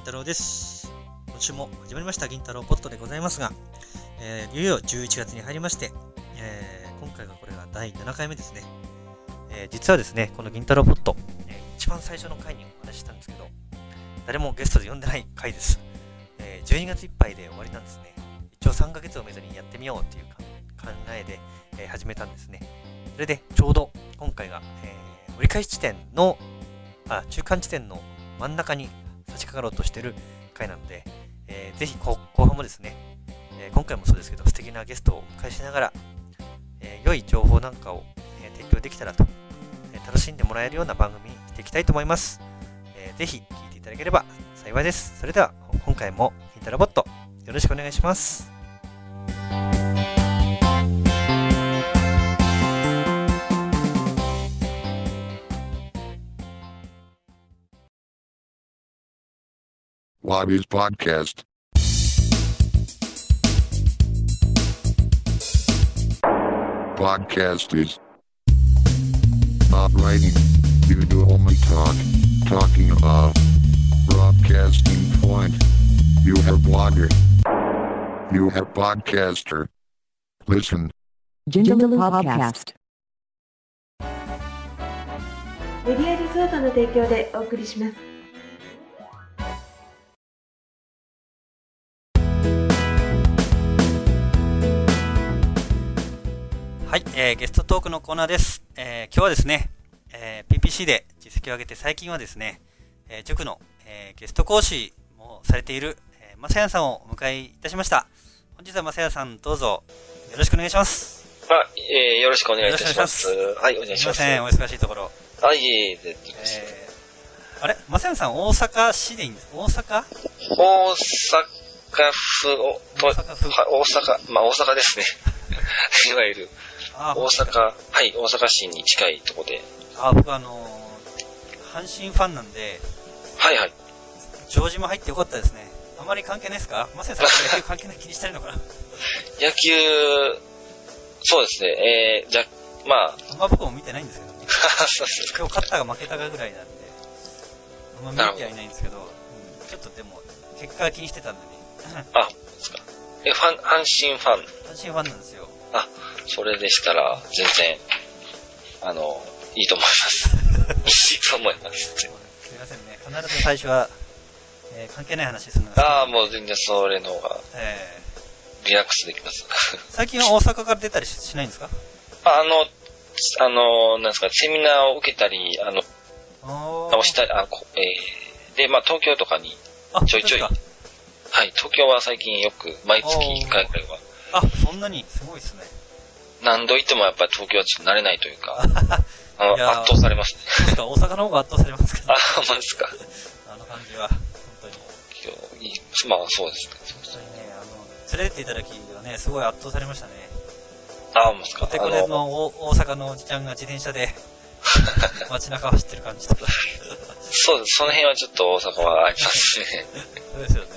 太郎です。今週も始まりました、銀太郎ポットでございますが、えー、いよいよ11月に入りまして、えー、今回がこれが第7回目ですね。えー、実はですね、この銀太郎ポット、えー、一番最初の回にお話ししたんですけど、誰もゲストで呼んでない回です。えー、12月いっぱいで終わりなんですね。一応3ヶ月をめどにやってみようっていう考えで、えー、始めたんですね。それで、ちょうど今回が、えー、折り返し地点の、あ、中間地点の真ん中に差し掛かろうとしてる回なので、えー、ぜひ後半もですね、えー、今回もそうですけど、素敵なゲストをお迎えしながら、えー、良い情報なんかを、え提供できたらと、え楽しんでもらえるような番組にしていきたいと思います。えー、ぜひ聞いていただければ幸いです。それでは、今回もインタラボット、よろしくお願いします。 Lobby's Podcast. Podcast is not writing. You do only talk. Talking about broadcasting point. You have blogger. You have podcaster. Listen. Jingle Podcast. メディアリゾートの提供でお送りします。はい、えー、ゲストトークのコーナーです。えー、今日はですね、えー、PPC で実績を上げて最近はですね、えー、塾の、えー、ゲスト講師もされている、えー、まさやさんをお迎えいたしました。本日はまさやさんどうぞよろしくお願いします。あ、えー、よろしくお願いいたします。はい、お願いしますす。みません、お忙しいところ。はい、えー、えー、あれまさやさん大阪市でいいんです大阪大阪府、お大阪府。大阪、まあ大阪 ですね。いわゆる。大阪、はい、大阪市に近いとこで。あ、僕あのー、阪神ファンなんで。はいはい。城島入ってよかったですね。あまり関係ないですかマセさん、野球関係ない気にしてるのかな野球、そうですね、えー、じゃ、まあ。 あんま僕も見てないんですけどね。そうです今日勝ったが負けたがぐらいなんで、あんま見てはいないんですけど、どうん、ちょっとでも、結果気にしてたんでね。あ、そうですか。え、ファン、阪神ファン阪神ファンなんですよ。あ、それでしたら、全然、あの、いいと思います。 いいと思います。すみませんね。必ず最初は、えー、関係ない話するのが。ああ、もう全然それの方が、えー、リラックスできます。最近は大阪から出たりしないんですかあの、あの、なんですか、セミナーを受けたり、あの、直したり、あこえー、で、まあ東京とかにちょいちょい。はい、東京は最近よく、毎月1回くらいは。あ、そんなにすごいですね。何度行ってもやっぱり東京はちょっと慣れないという か、あの圧倒されますね。そうか、大阪の方が圧倒されますけど、ね。あ、ほんまですか。あの感じは、本当に。まあそうですね。本当にね、あの、連れてっていただきがね、すごい圧倒されましたね。あ、ほんまですか。コテコテの大阪のおじちゃんが自転車 で、街中走ってる感じとか。そうです、その辺はちょっと大阪はありますね。 そうですよね。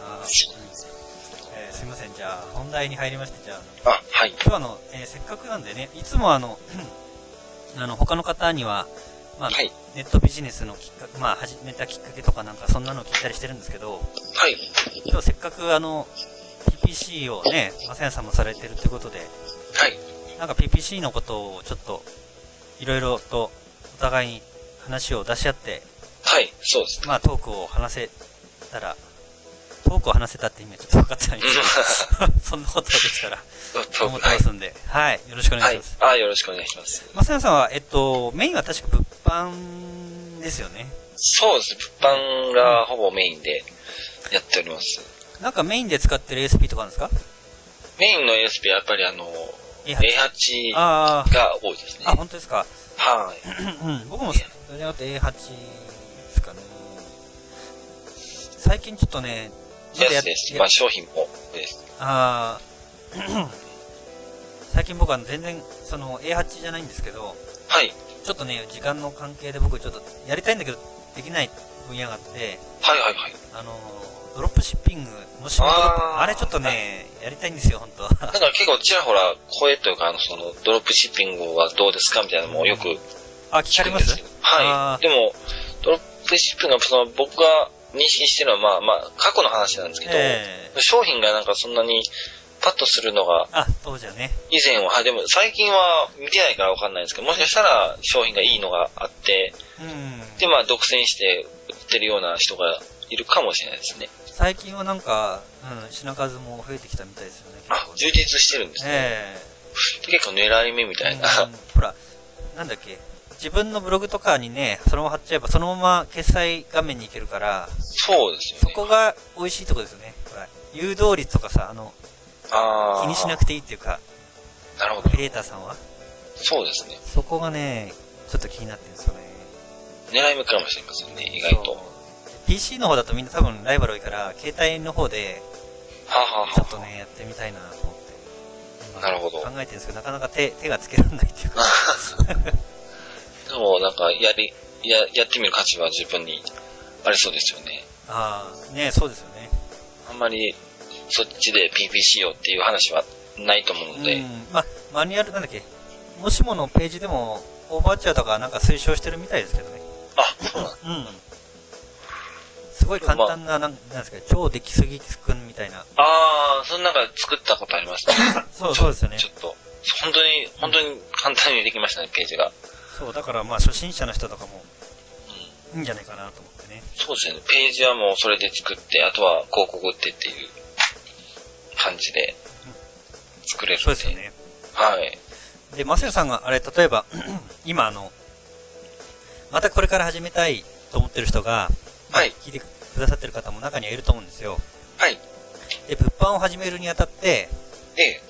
あすみません、じゃあ、本題に入りまして、じゃあ、あはい、今日はあの、えー、せっかくなんでね、いつもあの、 あの他の方には、まあ、はい、ネットビジネスのきっかけ、まあ、始めたきっかけとかなんか、そんなのを聞いたりしてるんですけど、はい、今日せっかくあの、PPC をね、まさやさんもされてるってことで、はい、なんか PPC のことをちょっと、いろいろとお互いに話を出し合って、はい、そうですね。まあ、トークを話せたら、トークを話せたって意味はちょっと分かってないんですけど、 そんなことできたら、と思ってますんで、はい、よろしくお願いします。はい、あよろしくお願いします。まさやさんは、えっと、メインは確か物販ですよね。そうですね、物販がほぼメインでやっております。うん、なんかメインで使ってる ASP とかあるんですかメインの ASP はやっぱりあの、A8 が多いですね。あ本当ですか。。はいうん、僕も、それによって A8 ですかね。最近ちょっとね、ですです。まあ、商品もです。ああ、 最近僕は全然、その A8 じゃないんですけど、はい。ちょっとね、時間の関係で僕ちょっとやりたいんだけど、できない分野があって、はいはいはい。あの、ドロップシッピング、もしもああれちょっとね、やりたいんですよ、本当だから結構ちらほら声というか、あの、その、ドロップシッピングはどうですかみたいなのもよく、あ、聞かれますはい。でも、ドロップシッピングは、その、僕が、認識してるのは、まあまあ、過去の話なんですけど、ええ商品がなんかそんなにパッとするのが、あ、当時はね。以前は、はい、でも最近は見てないからわかんないんですけど、もしかしたら商品がいいのがあって、うん。で、まあ、独占して売ってるような人がいるかもしれないですね。最近はなんか、うん、品数も増えてきたみたいですよね、結あ構、ね。充実してるんですね。ええ結構狙い目みたいな。うんほら、なんだっけ、自分のブログとかにね、そのまま貼っちゃえば、そのまま決済画面に行けるから、そうですよそね。こが美味しいとこですよね。ほら、誘導率とかさ、あの、ああ。気にしなくていいっていうか、なるほアどフィ。リエーターさんは。そうですね。そこがね、ちょっと気になってるんですよね。狙い目かもしれませんね、意外と。そうは PC の方だとみんな多分ライバル多いから、携帯の方で、あ、はあちょはっとね、やってみたいなと思って。今なるほど考えてるんですけど、なかなか手、手がつけられないっていうか。あ、 でもなんか、やり、や、やってみる価値は十分にありそうですよね。ああ、ねそうですよね。あんまり、そっちで PV しようっていう話はないと思うので、うん、まあ、マニュアルなんだっけ、もしものページでも、オーバーチャーとかなんか推奨してるみたいですけどね。あ、そうなんうん。すごい簡単な、なんなんですか、超出来すぎくんみたいな。ああ、そのなんか作ったことありますね。そう、そうですよねち。ょっと、本当に、本当に簡単にできましたね、ページが。そう、だからまあ、初心者の人とかもういん、いんじゃないかなと思ってね。そうですね、ページはもうそれで作って、あとは広告打ってっていう感じで作れるんで。そうですよ。ね。はい。で、マセルさんが、あれ、例えば、 今あの、またこれから始めたいと思ってる人が、はい。聞いてくださってる方も中にはいると思うんですよ。はい。で、物販を始めるにあたって、で、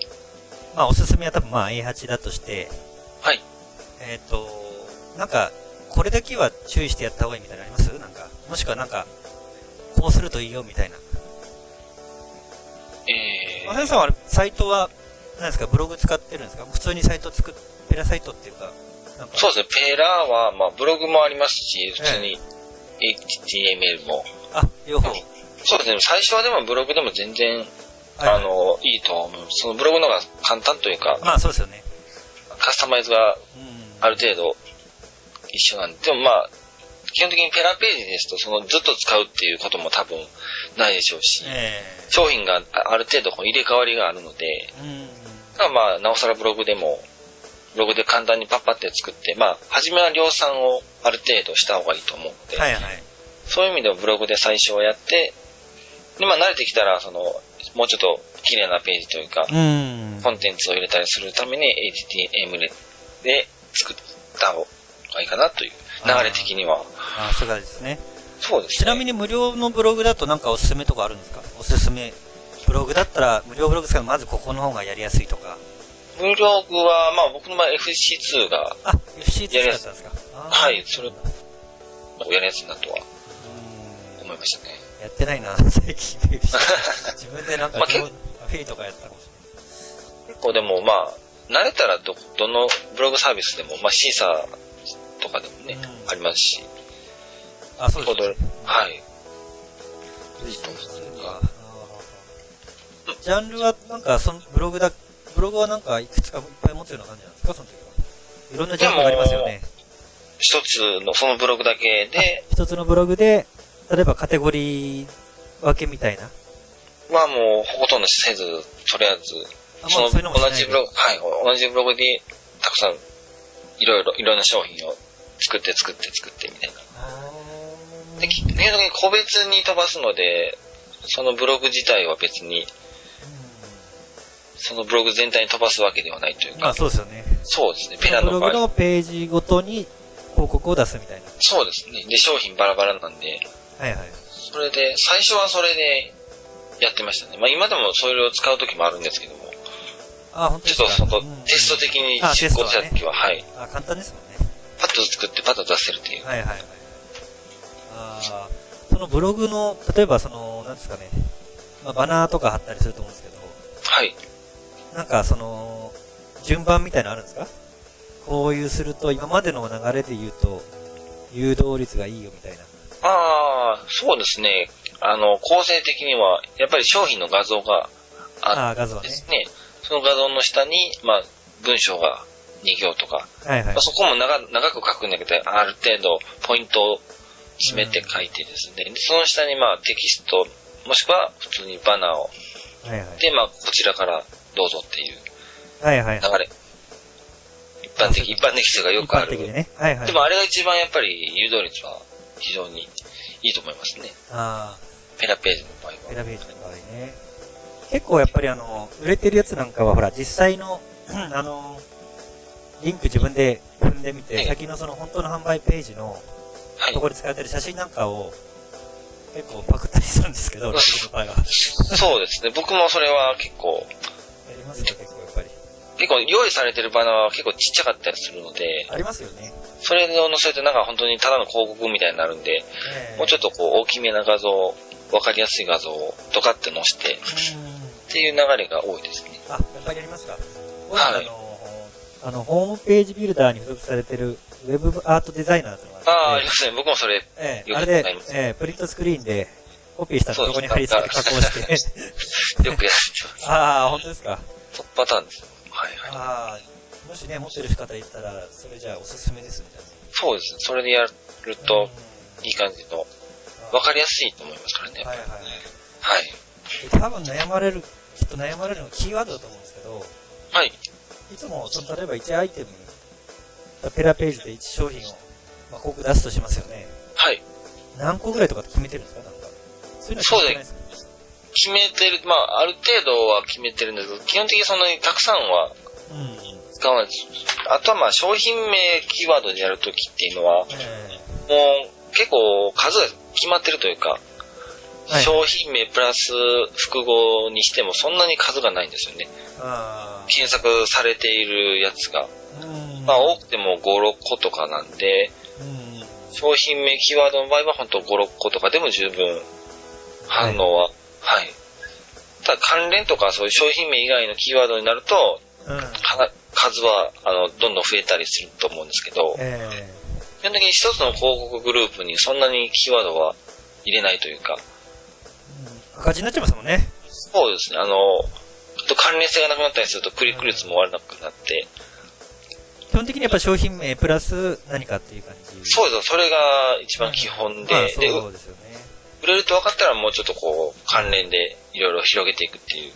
まあ、おすすめは多分まあ A8 だとして、はい。えっ、と、なんか、これだけは注意してやった方がいいみたいなのありますなんか、もしくはなんか、こうするといいよみたいな。えまー、ささんはあれ、サイトは、何ですか、ブログ使ってるんですか普通にサイト作っ、ペラサイトっていうか、なんか、そうですね、ペラーは、まあ、ブログもありますし、普通に HTML も。あ、両方。そうですね、最初はでもブログでも全然、はいあの、いいと思う。そのブログの方が簡単というか、まあ、そうですよね。カスタマイズがうん。ある程度一緒なんで、でもまあ、基本的にペラページですと、そのずっと使うっていうことも多分ないでしょうし、え商品があある程度こう入れ替わりがあるのでえ、うん。まあまあ、なおさらブログでも、ブログで簡単にパッパって作って、まあ、初めは量産をある程度した方がいいと思うので、はいはい。そういう意味ではブログで最初はやって、で、まあ慣れてきたら、その、もうちょっと綺麗なページというか、うん。コンテンツを入れたりするために HTML で作った方がいいかなという流れ的には。あ、そうかですね。そうですね。ちなみに。に無料のブログだとなんかおすすめとかあるんですかおすすめ。ブログだったら、無料ブログですから、まずここの方がやりやすいとか。ブログは、まあ僕の場合 FC2 があ、FC 通だったんですかあーはいそれやるやつだとはうん思いましたね。やってない な、最 近。自分でなんか、まあ自分アフィリとかやったかもし結構でもまあ、慣れたらど、どのブログサービスでも、まあシーサーとかでもね、うんありますし、れない。あ、そうですね。はい。そうかあージャンルは、なんか、そのブログだ、ブログはなんか、いくつかいっぱい持つような感じなんですかその時は。いろんなジャンルがありますよね。一つのそのブログだけで、一つのブログで、例えばカテゴリー分けみたいな。はもうほとんどせず、とりあえず、あそのそういうのもしない同じブログ、はい、同じブログでたくさんいろいろ、いろんな商品を作って作って作ってみたいな。あーで、基本的に個別に飛ばすので、そのブログ自体は別に、そのブログ全体に飛ばすわけではないといううんか、まあそうですよね。そうですね、ペそラのブロの場グ合、のページごとに広告を出すみたいな。そうですね、で、商品バラバラなんで、はいはい。それで、最初はそれでやってましたね。まあ今でもそれを使う時もあるんですけども、あ、本当でちすょかっとそのうんテスト的にあテ実スト行はしたね時は、はい、あ、簡単ですもんね。パッと作ってパッと出せるっていう。はいはいはい。あーそのブログの、例えばその、なんですかね、まあ、バナーとか貼ったりすると思うんですけど、はい。なんかその、順番みたいなのあるんですかこういうすると、今までの流れで言うと、誘導率がいいよみたいな。ああ、そうですね。あの、構成的には、やっぱり商品の画像があっああー、画像はてねで。すね、その画像の下に、まあ、文章が2行とか、はいはいまあ。そこも長長く書くんだけど、ある程度、ポイントを詰めて書いてですね、でその下にまあテキスト、もしくは普通にバナーを、はいはい。で、まあ、こちらからどうぞっていうはいはい。流れ。一般的、あ一般的人がよくある。一般的でね。はいはい。でもあれが一番やっぱり誘導率は非常にいいと思いますね。あペラページの場合あ、は。ペラページの場合ね。結構やっぱりあの、売れてるやつなんかはほら、実際の、 うんあの、リンク自分で踏んでみて、ええ先のその本当の販売ページのはいとこ。ろで使われてる写真なんかを、結構パクったりするんですけど、ん僕の場合は。そうですね。僕もそれは結構、やりますよ、結構やっぱり。結構用意されてるバナーは結構ちっちゃかったりするので、ありますよね。それを載せるとなんか本当にただの広告みたいになるんで、もうちょっと。とこう大きめな画像、わかりやすい画像をドカって載せて、うんっていう流れが多いですね。あ、やっぱりありますか。僕はあの、あの、ホームページビルダーに付属されてる、ウェブアートデザイナーというのがああ、っあてりますね。僕もそれ、ええ、よあくれ使いでます、ええ、プリントスクリーンで、コピーしたそとうですこに貼り付けて加工 して。よくやってます。ああ、本当ですか。トップパターンです。はいはい。ああ、もしね、持ってる方いたら、それじゃあおすすめですみたいそうですね。それでやるな。と、うんいい感じの、わかりやすすいと思いますからね。はいはい。はい。で多分悩まれる、きっと悩まれるのはキーワードだと思うんですけど、はい。いつも、その例えば1アイテム、ペラページで1商品を、まあ、広告出すとしますよね。はい。何個ぐらいとかって決めてるんですかなんか。そういうのは決めてないですか決めてる、まあ、ある程度は決めてるんですけど、基本的にそんなにたくさんはうん。使わないです。あとはまあ、商品名キーワードでやるときっていうのは、もえう結構数が決まってるというか、はい商品名プラス複合にしてもそんなに数がないんですよね。えあ検索されているやつが。あ。うん。まあ、多くても5、6個とかなんで、うん。商品名キーワードの場合は本当5、6個とかでも十分反応は、はい。ただ関連とかそういう商品名以外のキーワードになると、うん。か数は、あの、どんどん増えたりすると思うんですけど、え基本的に一つの広告グループにそんなにキーワードは入れないというか、えうん。赤字になっちゃいますもんね。そうですね、あの、ちょっと関連性がなくなったりするとクリック率も悪くなって、基本的にやっぱ商品名プラス何かっていう感じ。そううですそれが一番基本で、まあ、で、そうですよね。売れると分かったらもうちょっとこう、関連でいろいろ広げていくっていううん。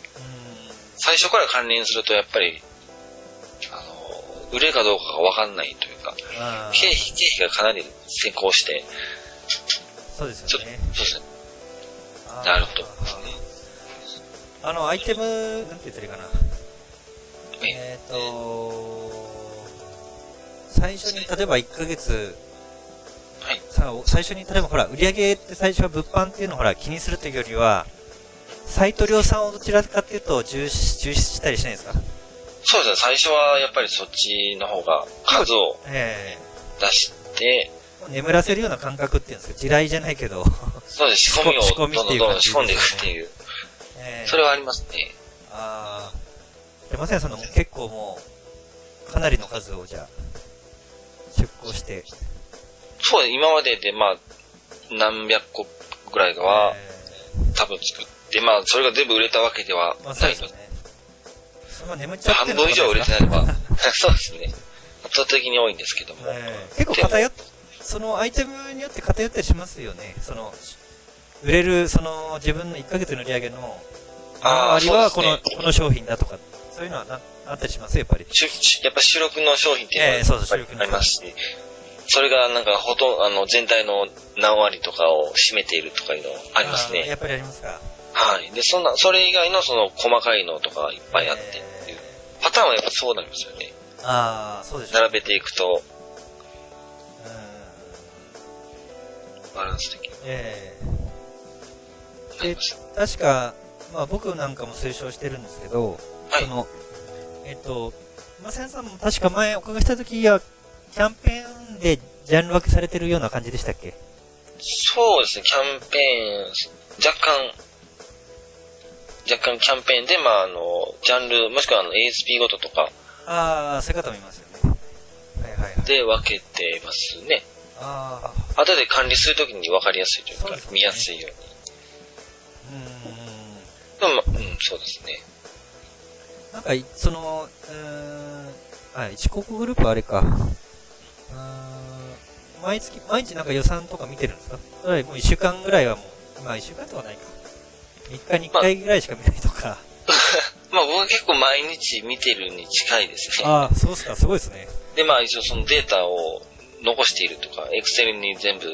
最初から関連するとやっぱり、あの、売れるかどうかがわかんないというか、ああ。経費、経費がかなり先行して、そうですよね。そうですね。ああなるほど。あの、アイテム、なんて言ったらいいかな。ええっ、と、最初に、例えば1ヶ月、はいさ最初に、例えばほら、売り上げって最初は物販っていうのをほら、気にするというよりは、サイト量産をどちらかっていうと重視、重視したりしないですかそうですね。最初はやっぱりそっちの方が数をえ出して、え眠らせるような感覚っていうんですか地雷じゃないけど、そうです。仕込み仕を込みどんどんどんどん仕込んでいくっていう、ええそれはありますね。ああ。で、まさやさんの結構もう、かなりの数をじゃあ、出向して。そうです。今まででまあ、何百個ぐらいはえ多分作って、まあ、それが全部売れたわけではーまあ、そなういですのよで、ね。それは眠っちゃって半るの分か以上売れてないのかが、 そうですね。圧倒的に多いんですけども。えー結構偏っ、そのアイテムによって偏ったりしますよね。その、売れる、その、自分の1ヶ月の売り上げの、あー割はこその、うですねこの商品だとか、そういうのはなあったりしますやっぱり。ししやっぱ主力の商品っていうのはええそうやでっすぱり主力のありますし、それがなんかほとんど、あの、全体の何割とかを占めているとかいうのありますあーね。やっぱりありますか。はい。で、そんな、それ以外のその細かいのとかいっぱいあってっていえう。パターンはやっぱそうなりますよね。ーああ、そうでしょうね。並べていくと、うんバランス的にえなります。え確か、まあ僕なんかも推奨してるんですけど、はいその、えっと、まあ、センさんも確か前お伺いした時は、キャンペーンでジャンル分けされてるような感じでしたっけそうですね、キャンペーン、若干、若干キャンペーンで、まああの、ジャンル、もしくはあの、ASP ごととかああ、そういう方もいますよね。はいはいはい。で分けてますね。ああ、後で管理するときに分かりやすいというそうか、ですね見やすいように。うーん。でも、まあうん、そうですね。なんかい、その、うーん、あ、一国グループあれか。うーん、ま毎月、毎日なんか予算とか見てるんですかそれよりもう一週間ぐらいはもう、まあ一週間とはないか。3日に1回ぐらいしか見ないとか。まあ僕は結構毎日見てるに近いですね。ああ、そうっすか、すごいですね。で、まあ一応そのデータを残しているとか、エクセルに全部う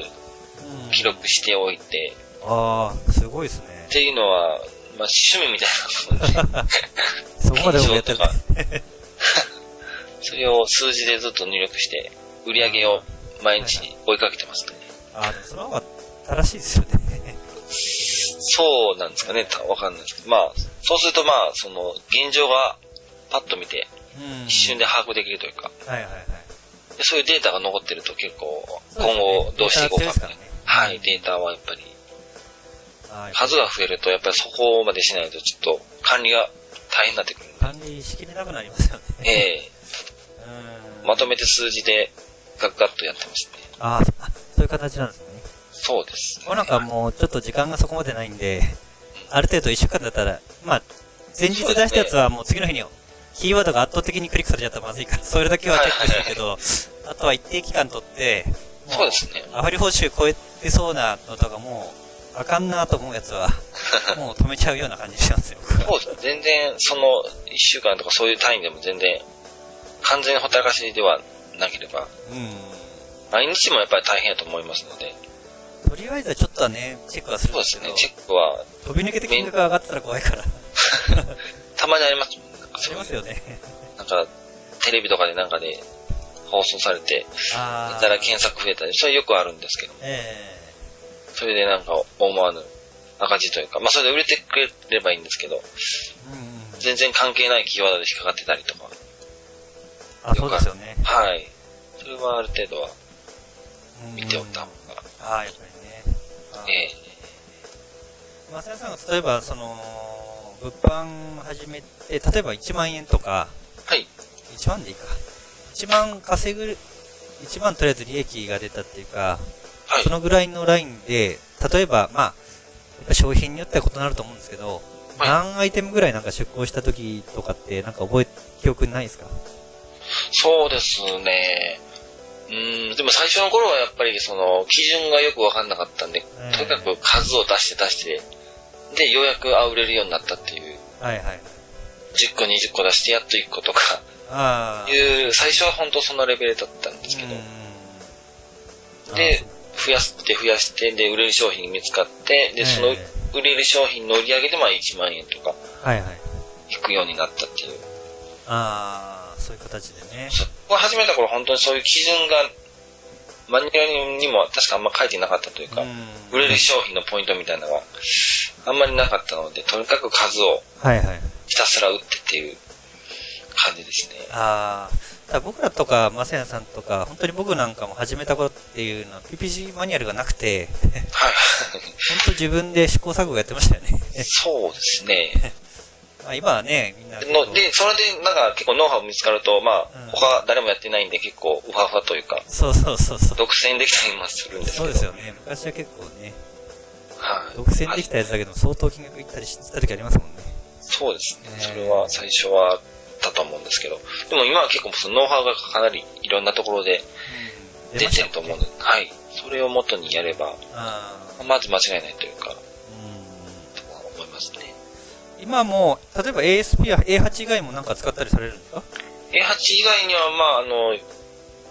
ん記録しておいて、ああ、すごいですねっ。ていうのは、まあ趣味みたいなもんで、 そこまで僕やってる検それを数字でずっと入力して、売り上げを毎日追いかけてますね。ああ、でもその方が正しいですよね。そうなんですかね、たわかんないですけど。まあ、そうするとまあ、その、現状がパッと見て、うん一瞬で把握できるというか、はいはいはい。でそういうデータが残ってると結構、今後どうしていこうかみたいな。はい、データはやっぱり、はい数が増えると、やっぱりそこまでしないと、ちょっと管理が大変になってくる。管理しきれなくなりますよね。ええうんまとめて数字でガッガッとやってますね。ああ、そあそういう形なんですね。そうですね。もうなんかもうちょっと時間がそこまでないんで、ある程度一週間だったら、まあ、前日出したやつはもう次の日に、キーワードが圧倒的にクリックされちゃったらまずいから、それだけはチェックするけど、あとは一定期間取って、もそうですね。アフリ報酬超えてそうなのとかもう、あかんなと思うやつ は、もう止めちゃうような感じしますよ。そうですね。全然、その、一週間とかそういう単位でも全然、完全にほったらかしではなければ、うん。毎日もやっぱり大変やと思いますので、とりあえずはちょっとはね、チェックはするんそうでですすけど、ね。チェックは、飛び抜けて金額が上がってたら怖いから。たまにありますもんね。なんあかそりういますよね。うなんか、テレビとかでなんかで放送されて、あやあ。たら検索増えたり、それよくあるんですけど、ええそれでなんか思わぬ赤字というか、まあそれで売れてくれればいいんですけど、うん。全然関係ないキーワードで引っかかってたりとか、あ、そうですよね。はい。それはある程度はうん見ておった方が、ああ、やっぱりね。あええー松田さんが例えば、その、物販始めて、例えば1万円とか、はい。 1万でいいか。1万稼ぐ、1万とりあえず利益が出たっていうか、はいそ。のぐらいのラインで、例えば、まあ、やっぱ商品によっては異なると思うんですけど、はい何アイテムぐらいなんか出稿した時とかって、なんか覚え、記憶にないですかそうですね。うん、でも最初の頃はやっぱりその基準がよくわかんなかったんで、うんとにかく数を出して出して、で、ようやくあ売れるようになったっていう、はいはい。 10個20個出してやっと1個とか、ああ。いう、最初は本当そのレベルだったんですけど、うんであ増やして増やして、で、売れる商品見つかっええて、で、その売れる商品の売り上げでまあ1万円とかそうはいはい。引くようになったっていう。ああ、そういう形でね。そこを始めた頃本当にそういう基準が、マニュアルにも確かあんま書いてなかったというか、売れる商品のポイントみたいなのがあんまりなかったので、とにかく数をはいはい。ひたすら打ってっていう感じですね。ああ、だから僕らとか、マセヤさんとか、本当に僕なんかも始めた頃っていうのは、PPG マニュアルがなくて、本はい。当自分で試行錯誤やってましたよね。 そうですね。まあ今はね、みんな。ので、それでなんか結構ノウハウ見つかると、まあ、うん他誰もやってないんで結構ウハウハというか、そうそうそうそう。独占できたりもするんですけど。そうですよね。昔は結構ね、はい。独占できたやつだけども相当金額いったりした時ありますもんね。そうですねね。それは最初はあったと思うんですけど、でも今は結構そのノウハウがかなりいろんなところでうん出てると思うので、はい。それを元にやれば、ああまず間違いないというか、うとは思いますね。ん今も、例えば ASP や A8 以外もなんか使ったりされるんですか A8 以外には、まあ、あの、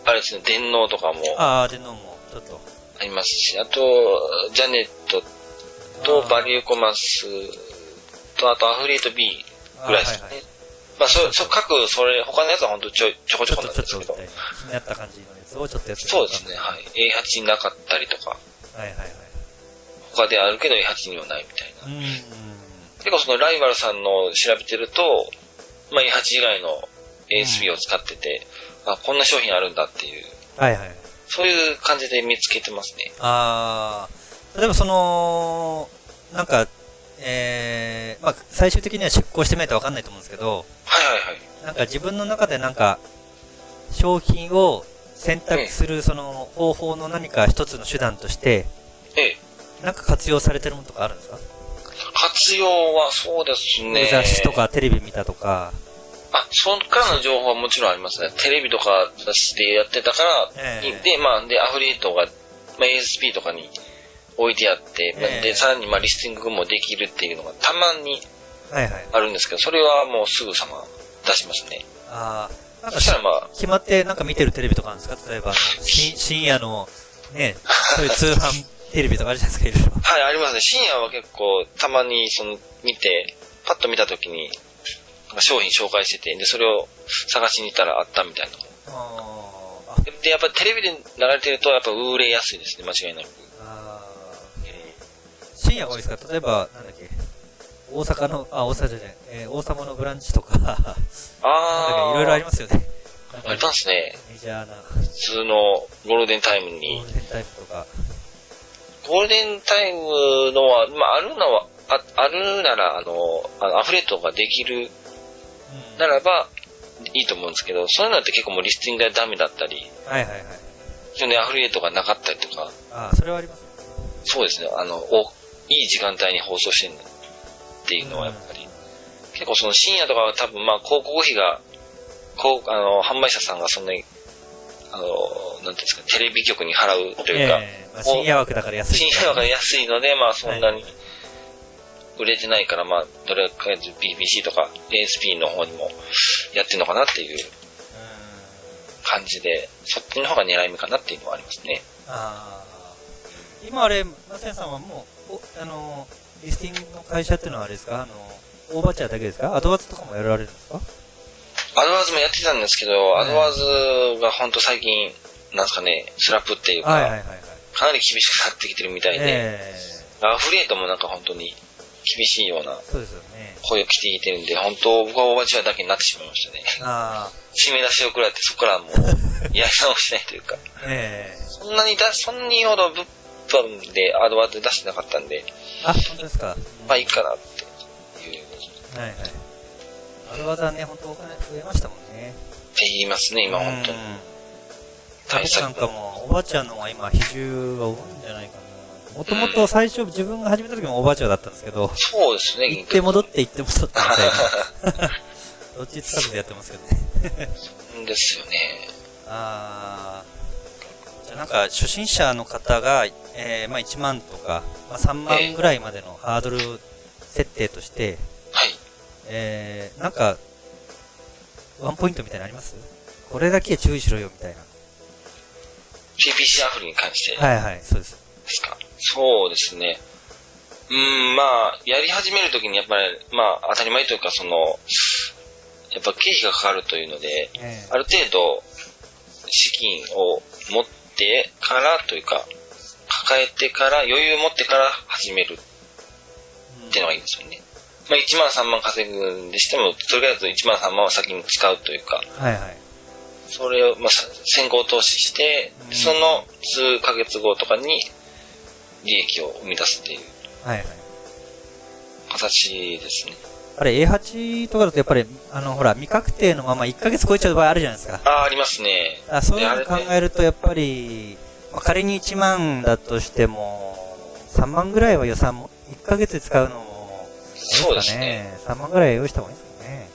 あれですね、電脳とかもああ、でのも、ちょっと。ありますし、あと、ジャネットとバリューコマースと、あとアフリエイト B ぐらいですかね。あーはいはいまあ、そ、そ、各、それ、他のやつは本当ちょ、ちょこちちょょっことなんちょでっすとけみたい。など気になった感じのやつをちょっとやってみたそうですね、はい。A8 になかったりとか、はいはいはい。他であるけど A8 にはないみたいな。うんうん。結構そのライバルさんの調べてると、まあ、A8 以外の ASB を使ってて、あ、こんな商品あるんだっていう、はいはい。そういう感じで見つけてますね。あー、例えばその、なんか、えー、まあ、最終的には出向してみないとわかんないと思うんですけど、はいはいはい。なんか自分の中でなんか、商品を選択するその方法の何か一つの手段として、ええ、なんか活用されてるものとかあるんですか、活用はそうですね。雑誌とかテレビ見たとか。あ、そっからの情報はもちろんありますね。テレビとか雑誌でやってたから、ええで、まあ、で、アフリエイトが、まあ、ASP とかに置いてあって、ええで、さらに、まあ、リスティングもできるっていうのがたまにはいはい。あるんですけど、それはもうすぐさま出しますね。ああ、なんそかしたらまあ、決まってなんか見てるテレビとかあるんですか例えば、し深夜の、ね、そういう通販テレビとかあるじゃないですか、いろい はい、ありますね。深夜は結構、たまに、その、見て、パッと見たときに、なんか商品紹介してて、で、それを探しに行ったらあったみたいな。ろ。あーでで、やっぱりテレビで流れてると、やっぱ売れやすいですね、間違いなく。あうんー、深夜が多いですか例えば、なんだっけ、大阪の、あ、大阪じゃない、えー王様のブランチとか、なんだっあけ、ー。いろいろありますよね。なんありかますね。メジャーな、普通のゴールデンタイムゴにー。ルデンタイムとか。ゴールデンタイムのは、まあ、あるのは、ああるなら、あの、あのアフレートができるうんならば、いいと思うんですけど、そういうのって結構もうリスティングがダメだったり、はいはいはい。そのアフリエイトがなかったりとか、ああ、それはありますね。そうですね、あの、おいい時間帯に放送してるっていうのはやっぱり、結構その深夜とかは多分まあ広告費が、こう、あの、販売者さんがそんなに、あの、なんていうんですか、テレビ局に払うというか、ええまあ、深夜枠だから安い。深夜は安いので、まあそんなに売れてないから、まあとりあえず BBC とか ASP の方にもやってるのかなっていううん感じで、そっちの方が狙い目かなっていうのはありますね。あー今あれ、マセンさんはもう、おあのー、リスティングの会社っていうのはあれですかあのー、オーバーチャーだけですかアドバツとかもやられるんですかアドワーズもやってたんですけど、はいアドワーズが本当最近、なんですかね、スラップっていうか、はいはいはいはい。かなり厳しくなってきてるみたいで、えアフリエイトもなんか本当に厳しいようなえそうですよね。声を着てきてるんで、本当僕はオーバーチュアだけになってしまいましたね。あ締め出しを食らって、そこから はもう、やり直しないというか。あ、ええそんなに出し、そんなにほど物販でアドバーズ出してなかったんで、あ、本当ですか。まあいいかなっていう、っはいはい。アドバツはね、本当お金増えましたもんね。て言いますね、今本当に。うん対僕策なんかも、おばあちゃんの方が今、比重が多いんじゃないかな。もともと最初、自分が始めた時もおばあちゃんだったんですけど、そうですね、行って戻って行って戻ってみたいな。どっちつかずでやってますけどね。うんですよね。あーじゃあなんか、初心者の方が、えー、まあ1万とか、まあ3万ぐらいまでのハードル設定として、はい。えー、なんか、ワンポイントみたいなのありますこれだけ注意しろよみたいな。 PPC アフリに関してではいはい、そうです。すか。そうですね。うん、まあ、やり始めるときにやっぱり、まあ当たり前というか、その、やっぱ経費がかかるというので、えある程度、資金を持ってからというか、抱えてから、余裕を持ってから始めるっていうのがいいんですよね。まあ、1万3万稼ぐんでしても、とりあえず1万3万は先に使うというか、はいはい。それを、まあ、さ先行投資してう、んその数ヶ月後とかに利益を生み出すっていうはいはい。形ですね。あれ、A8 とかだとやっぱり、あの、ほら、未確定のまま1ヶ月超えちゃう場合あるじゃないですか。ああ、ありますね。あそういであうのれ考えると、やっぱり、まあ、仮に1万だとしても、3万ぐらいは予算も、1ヶ月で使うのも、そうですあね。れですかね。3万ぐらい用意した方がいいですかね。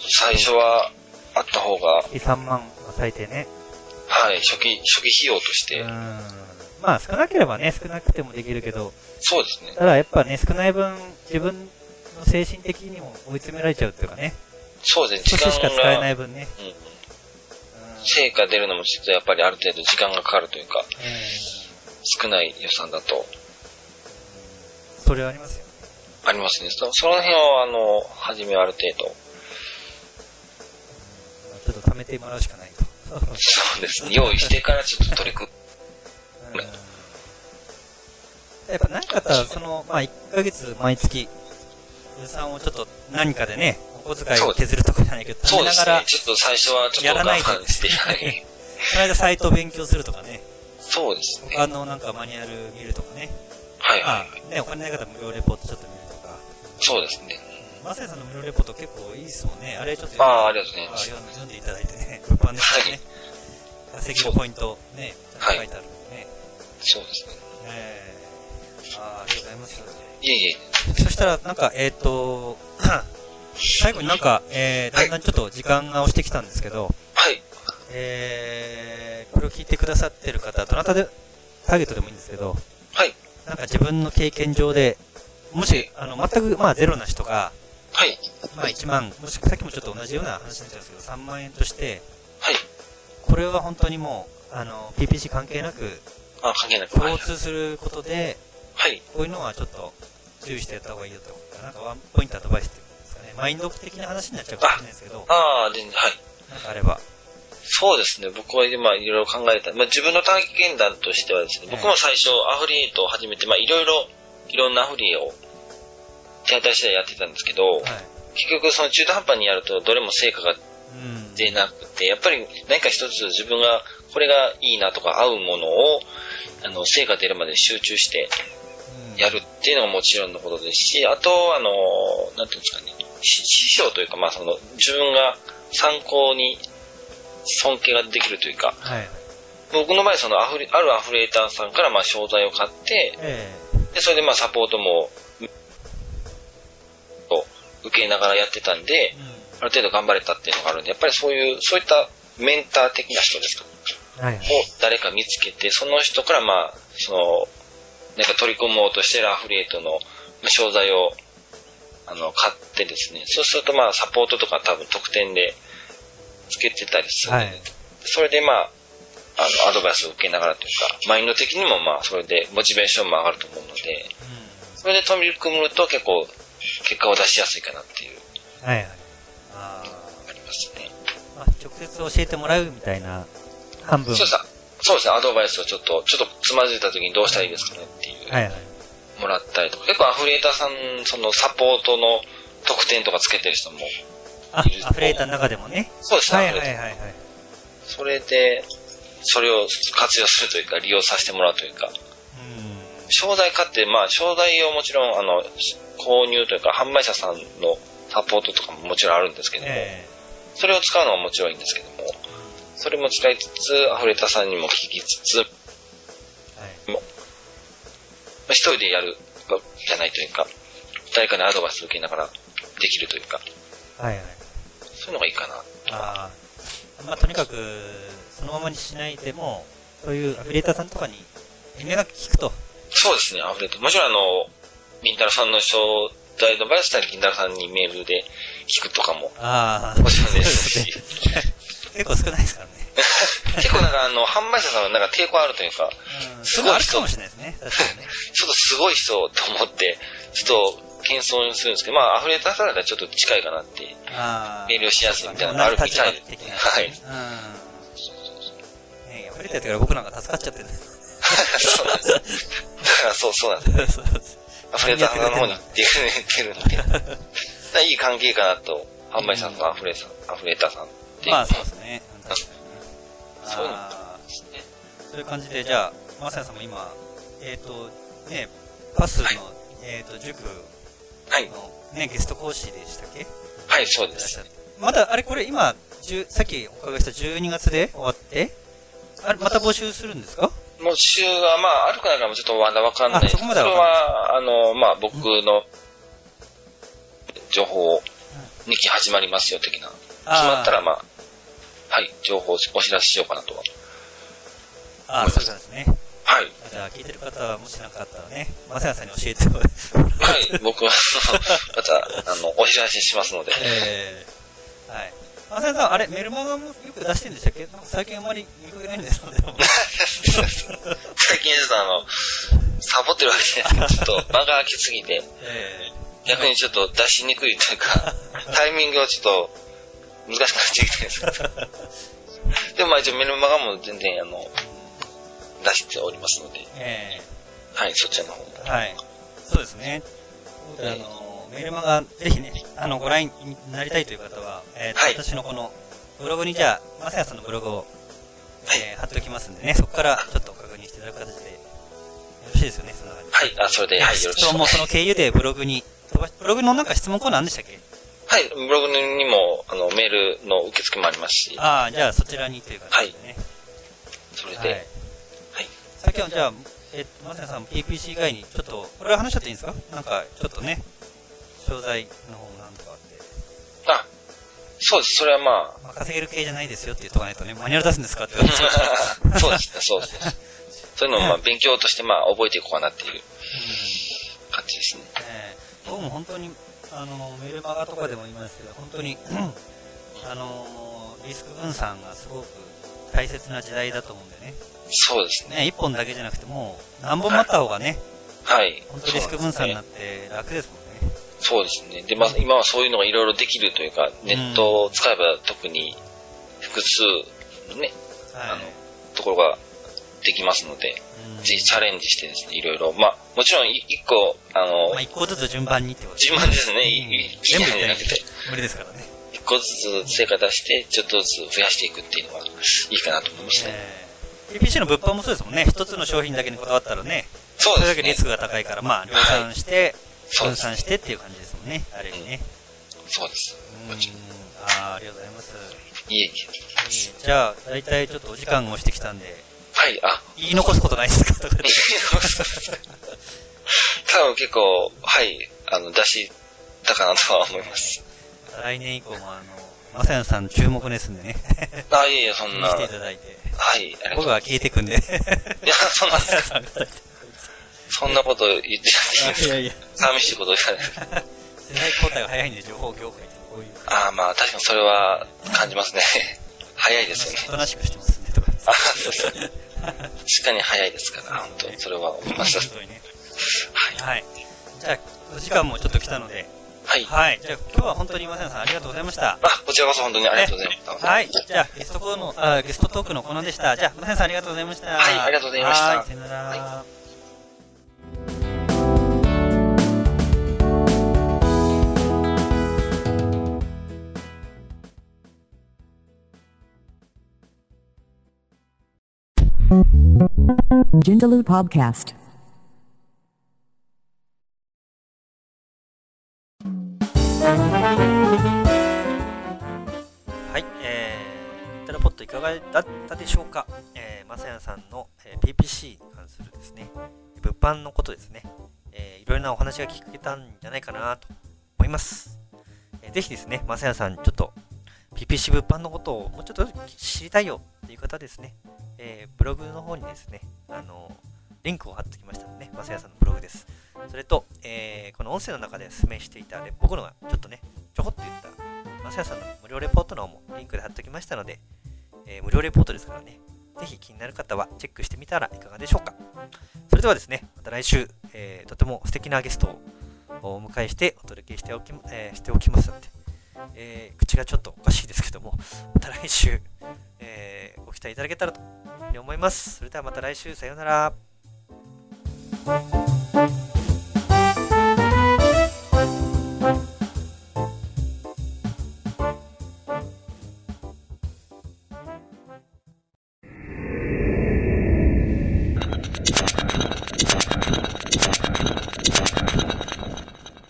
最初はあった方が、月3万、まあ最低ね。はい、初期、初期費用としうてん、。まあ、少なければね、少なくてもできるけど、そうですね。ただやっぱね、少ない分、自分の精神的にも追い詰められちゃうっていうかね、そうです少ね。ししか使えがない分ね。うんうんうん成果出るのもちょっとやっぱりある程度時間がかかるというか、うん少ない予算だとそれはありますよ。ありますね。そその辺を、あの、初めはある程度。ちょっと貯めてもらうしかないと。そうですね。用意してからちょっと取り組む。うんやっぱない方は、その、まあ、1ヶ月毎月、予算をちょっと何かでね、お小遣いを削るとかじゃないけど、貯そうめでなすがねら。、ちょっと最初はちょやっとらないと我慢して、はい。その間サイトを勉強するとかね、そうですね。他のなんかマニュアル見るとかね、はいはまい。あ、ね、お金ない方は無料レポートちょっと見るとか、そうですね。マサヤさんの無料レポート結構いいですもんね。あれちょっとああ、ありがとうございます。読んで読んでいただいてね、物販ですからね、稼ぎのポイント、ね、書いてあるんでね。そうですね。えー、あーありがとうございます。いえいえ。そしたら、なんか、えっ、と、最後になんか、えー、だんだんちょっと時間が押してきたんですけど、はい。えー、これを聞いてくださってる方、どなたで、ターゲットでもいいんですけど、はい。なんか自分の経験上で、もし、あの、全く、まあ、ゼロな人が、はい。まあ、1万、もしくはさっきもちょっと同じような話になっちゃうんですけど、3万円として、はい。これは本当にもう、あの、PPC 関係なく、あ、関係なく。は共い。通することで、はい。こういうのはちょっと注意してやった方がいいよとか、なんかワンポイントアドバイスっていうんですかね、マインド的な話になっちゃうかもしれないですけど、ああ、全然、はい。なんかあれば。そうですね。僕は今いろいろ考えた。まあ、自分の体験談としてはですね、ええ僕も最初アフリエイトを始めて、まあ、いろいろ、いろんなアフリエを手当たり次第やってたんですけはど、い。結局その中途半端にやるとどれも成果がうん。出なくて、やっぱり何か一つ自分がこれがいいなとか合うものを、あの、成果出るまで集中してうん、やるっていうのももちろんのことですし、あと、あの、なんていうんですかね、し師匠というか、まあその、自分が参考に尊敬ができるというか、はい。僕の場合、そのアフリ、あるアフレーターさんから、まあ、商材を買って、えで、それで、まあ、サポートも、と受けながらやってたんえで、ある程度頑張れたっていうのがあるんで、やっぱりそういう、そういったメンター的な人ですか、うん。はい。を誰か見つけて、その人から、まあ、その、なんか取り込もうとしてるアフリエイトのまあ商材を、あの、買ってですね、そうすると、まあ、サポートとか多分特典でつけてたりするんはで、い。それでまあ、あの、アドバイスを受けながらというか、マインド的にもまあ、それでモチベーションも上がると思うので、それで取り組むと結構、結果を出しやすいかなっていう、うん。はい。はい。あありますね。ーまあ、直接教えてもらうみたいな、半分。そうですね、そうですね、アドバイスをちょっと、ちょっとつまずいた時にどうしたらいいですかねっていう、はいはい。もらったりとか、結構アフリエーターさん、そのサポートの特典とかつけてる人も、あ、アフレーターの中でもね。そうですね、はいアはフいリエはーいはい。ターそれで、それを活用するというか、利用させてもらうというか、うん。商材買って、まあ、商材をもちろん、あの、購入というか、販売者さんのサポートとかももちろんあるんですけども、えそれを使うのはもちろんいいんですけども、えそれも使いつつ、アフレタさんにも聞きつつ、まはい。あ一人でやるじゃないというか、誰かにアドバイスを受けながらできるというか、はいはい。そういうのがいいかな。ああ。まあ、とにかく、そのままにしないでも、そういうアフィリエーターさんとかに遠慮なく聞くと。そうですね、アフレタもちろんあの、銀太郎さんの商材の場合は、銀太郎さんにメールで聞くとかも、ああ。もちろんですそうしで、すね。結構少ないですからね。結構なんかあの、販売者さんはなんか抵抗あるというか、うん。 すすごいごいあるかもしれないですね。確かにね。ちょっとすごい人と思って、ちょっと謙遜するんですけど、まあ、アフレーターさんだったらちょっと近いかなって。ああ。メールをしやすいみたいなのがあるみたい同じ立場的なはい。うん。ねえ、溢れてるから僕なんか助かっちゃってるんですそうなんです。だから そう、そうなんで す。そうそうそうアフレーターさんの方に出る出るので。だからいい関係かなと、販売者さんとアフレーターさん、アフレーターさんって。まあ、そうですね。確かにそうなんあですね。ーそういう感じで、じゃあ、マサヤさんも今、えっ、と、ね、パスの、はいえっ、と、塾はい。の、ね、ゲスト講師でしたっけはい、そういらでっしすゃっ。てまだ、あれこれ今、じゅさっきお伺いした12月で終わって、あれ、また募集するんですかもう週は、まあ、あるかないかもちょっとまだわかんないあそこまではれわは、あの、まあ、僕の情報を、2期始まりますよ、的決な。決まったら、まあ、はい、情報をお知らせしようかなとは。あーあー、そういうことですね。はい。じゃあ、聞いてる方は、もしなかったらね、マサヤさんに教えてもらう。 はい、僕は、また、あの、お知らせします ので。えー、はい。マサヤさん、あれ、メルマガもよく出してるんでしたっけなんか最近あんまり見かけないんですけど、最近ちょっとあの、サボってるわけじゃないですけど、ちょっと間が空きすぎて、え逆にちょっと出しにくいというか、タイミングをちょっと難しくなってきてるんです けど。でもまあ一応メルマガも全然あの、出しておりますので、ー、えはい、そちらの方も。ー、はい。そうですね。あはいの、メルマガ、ぜひね、あの、ご覧になりたいという方は、えーとはい私のこの、ブログにじゃあ、マサヤさんのブログを、はいえー貼っておきますんでね、そこからちょっと確認していただく形で、よろしいですよね、そんな感じ。はい、あ、それで、はい、よろし質く問お願もいしそまのす。経由でブログに、ブログのなんか質問コーナーあるんでしたっけはい、ブログにも、あの、メールの受付もありますし、ああ、じゃあそちらにという形でね。それはい。で、はいさっきはじゃあ、えっと、まさやさん PPC 以外に、ちょっと、これは話しちゃっていいんですかなんか、ちょっとね、商材の方なんとかって。そうです。それはま あ、まあ、稼げる系じゃないですよって言っとかないとね、マニュアル出すんですか って言われちゃうから。そうですね、そうですね。そういうのをまあ勉強としてまあ覚えていこうかなっていう感じですね。うんえー僕も本当に、あの、メルマガとかでも言いますけど、本当に、 あの、リスク分散がすごく大切な時代だと思うんだよね。そうですね。ね、一本だけじゃなくてもう、何本もあった方がね、はい。本当リスク分散になっそうですねて楽ですもんね。そうですね。で、まあ今はそういうのがいろいろできるというか、ネットを使えば特に複数のね、はい。ところができますので、うんぜひチャレンジしてですね、いろいろ。まあ、もちろんい一個、あのまあ、、一個ずつ順番にってこと自慢ですね。うんいい全部じゃなくて、無理ですからね。一個ずつ成果出して、ちょっとずつ増やしていくっていうのがいいかなと思いますね。えー PPC の物販もそうですもんね。一つの商品だけにこだわったらね、そうそれでだすけねリス。クが高いから、まあ、量産して、そう分です。散してっていう感じですもんね。ある意味ね。そうです。うん。あーありがとうございます。いえいえ。えーじゃあ、大体ちょっとお時間が押してきたんで、はい、 あ、言い残すことないですかとか言って多分結構、はい、あの、出したかなとは思います。来年以降も、あの、まさやさん注目ですんでね。あ、いえいえ、そ見んな。に来はていいただいて。、ありがとうご僕ざいは消えていくん で。ます。いや、そんなま、さやさん が。そんなこと言ってないです。やいや。寂しいこと言わない。世代交代が早いんで、情報業界ってこういう。ああ、まあ、確かにそれは感じますね。 早いですよね。おとなしくしてますね、とか言って。あそうですね確かに早いですから、本当それは思いました。本当にね。ははい。い。じゃあ、お時間もちょっと来たので。はい。はい。じゃあ、今日は本当にマサヤさんありがとうございました。あ、こちらこそ本当にありがとうございました。はい。じゃあ、ゲストコーの、あゲストトークのコーナーでした。じゃあ、マサヤさんありがとうございました。はいありがとうございましたはいさよなら。は Jindaloo Podcast. はい、えー、インタラポットいかがだったでしょうか、えー、まさやさんの、えー PPC に関するですね、物販のことですね、えーいろいろなお話が聞けたんじゃないかなと思います。えーぜひですね、まさやさんにちょっと PPC 物販のことをもうちょっと知りたいよっていう方ですね、えーブログの方にですね、あのリンクを貼ってきましたので、ね、まさやさんのブログです。それと、えーこの音声の中で説明していた、ね、僕のがちょっとね、ちょこっと言ったまさやさんの無料レポートの方もリンクで貼っておきましたので、えー無料レポートですからね、ぜひ気になる方はチェックしてみたらいかがでしょうか。それではですね、また来週、えーとても素敵なゲストをお迎えしてお届けしておき,、えーしておきますので、えー口がちょっとおかしいですけども、また来週、えーご期待いただけたらというふうに思います。それではまた来週、さようなら。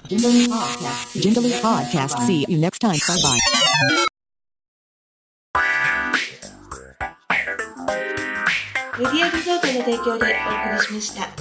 Jindaloo Podcast. Jindaloo Podcast. See you next time. Bye bye. Podcast メディアリゾートの提供でお送りしました。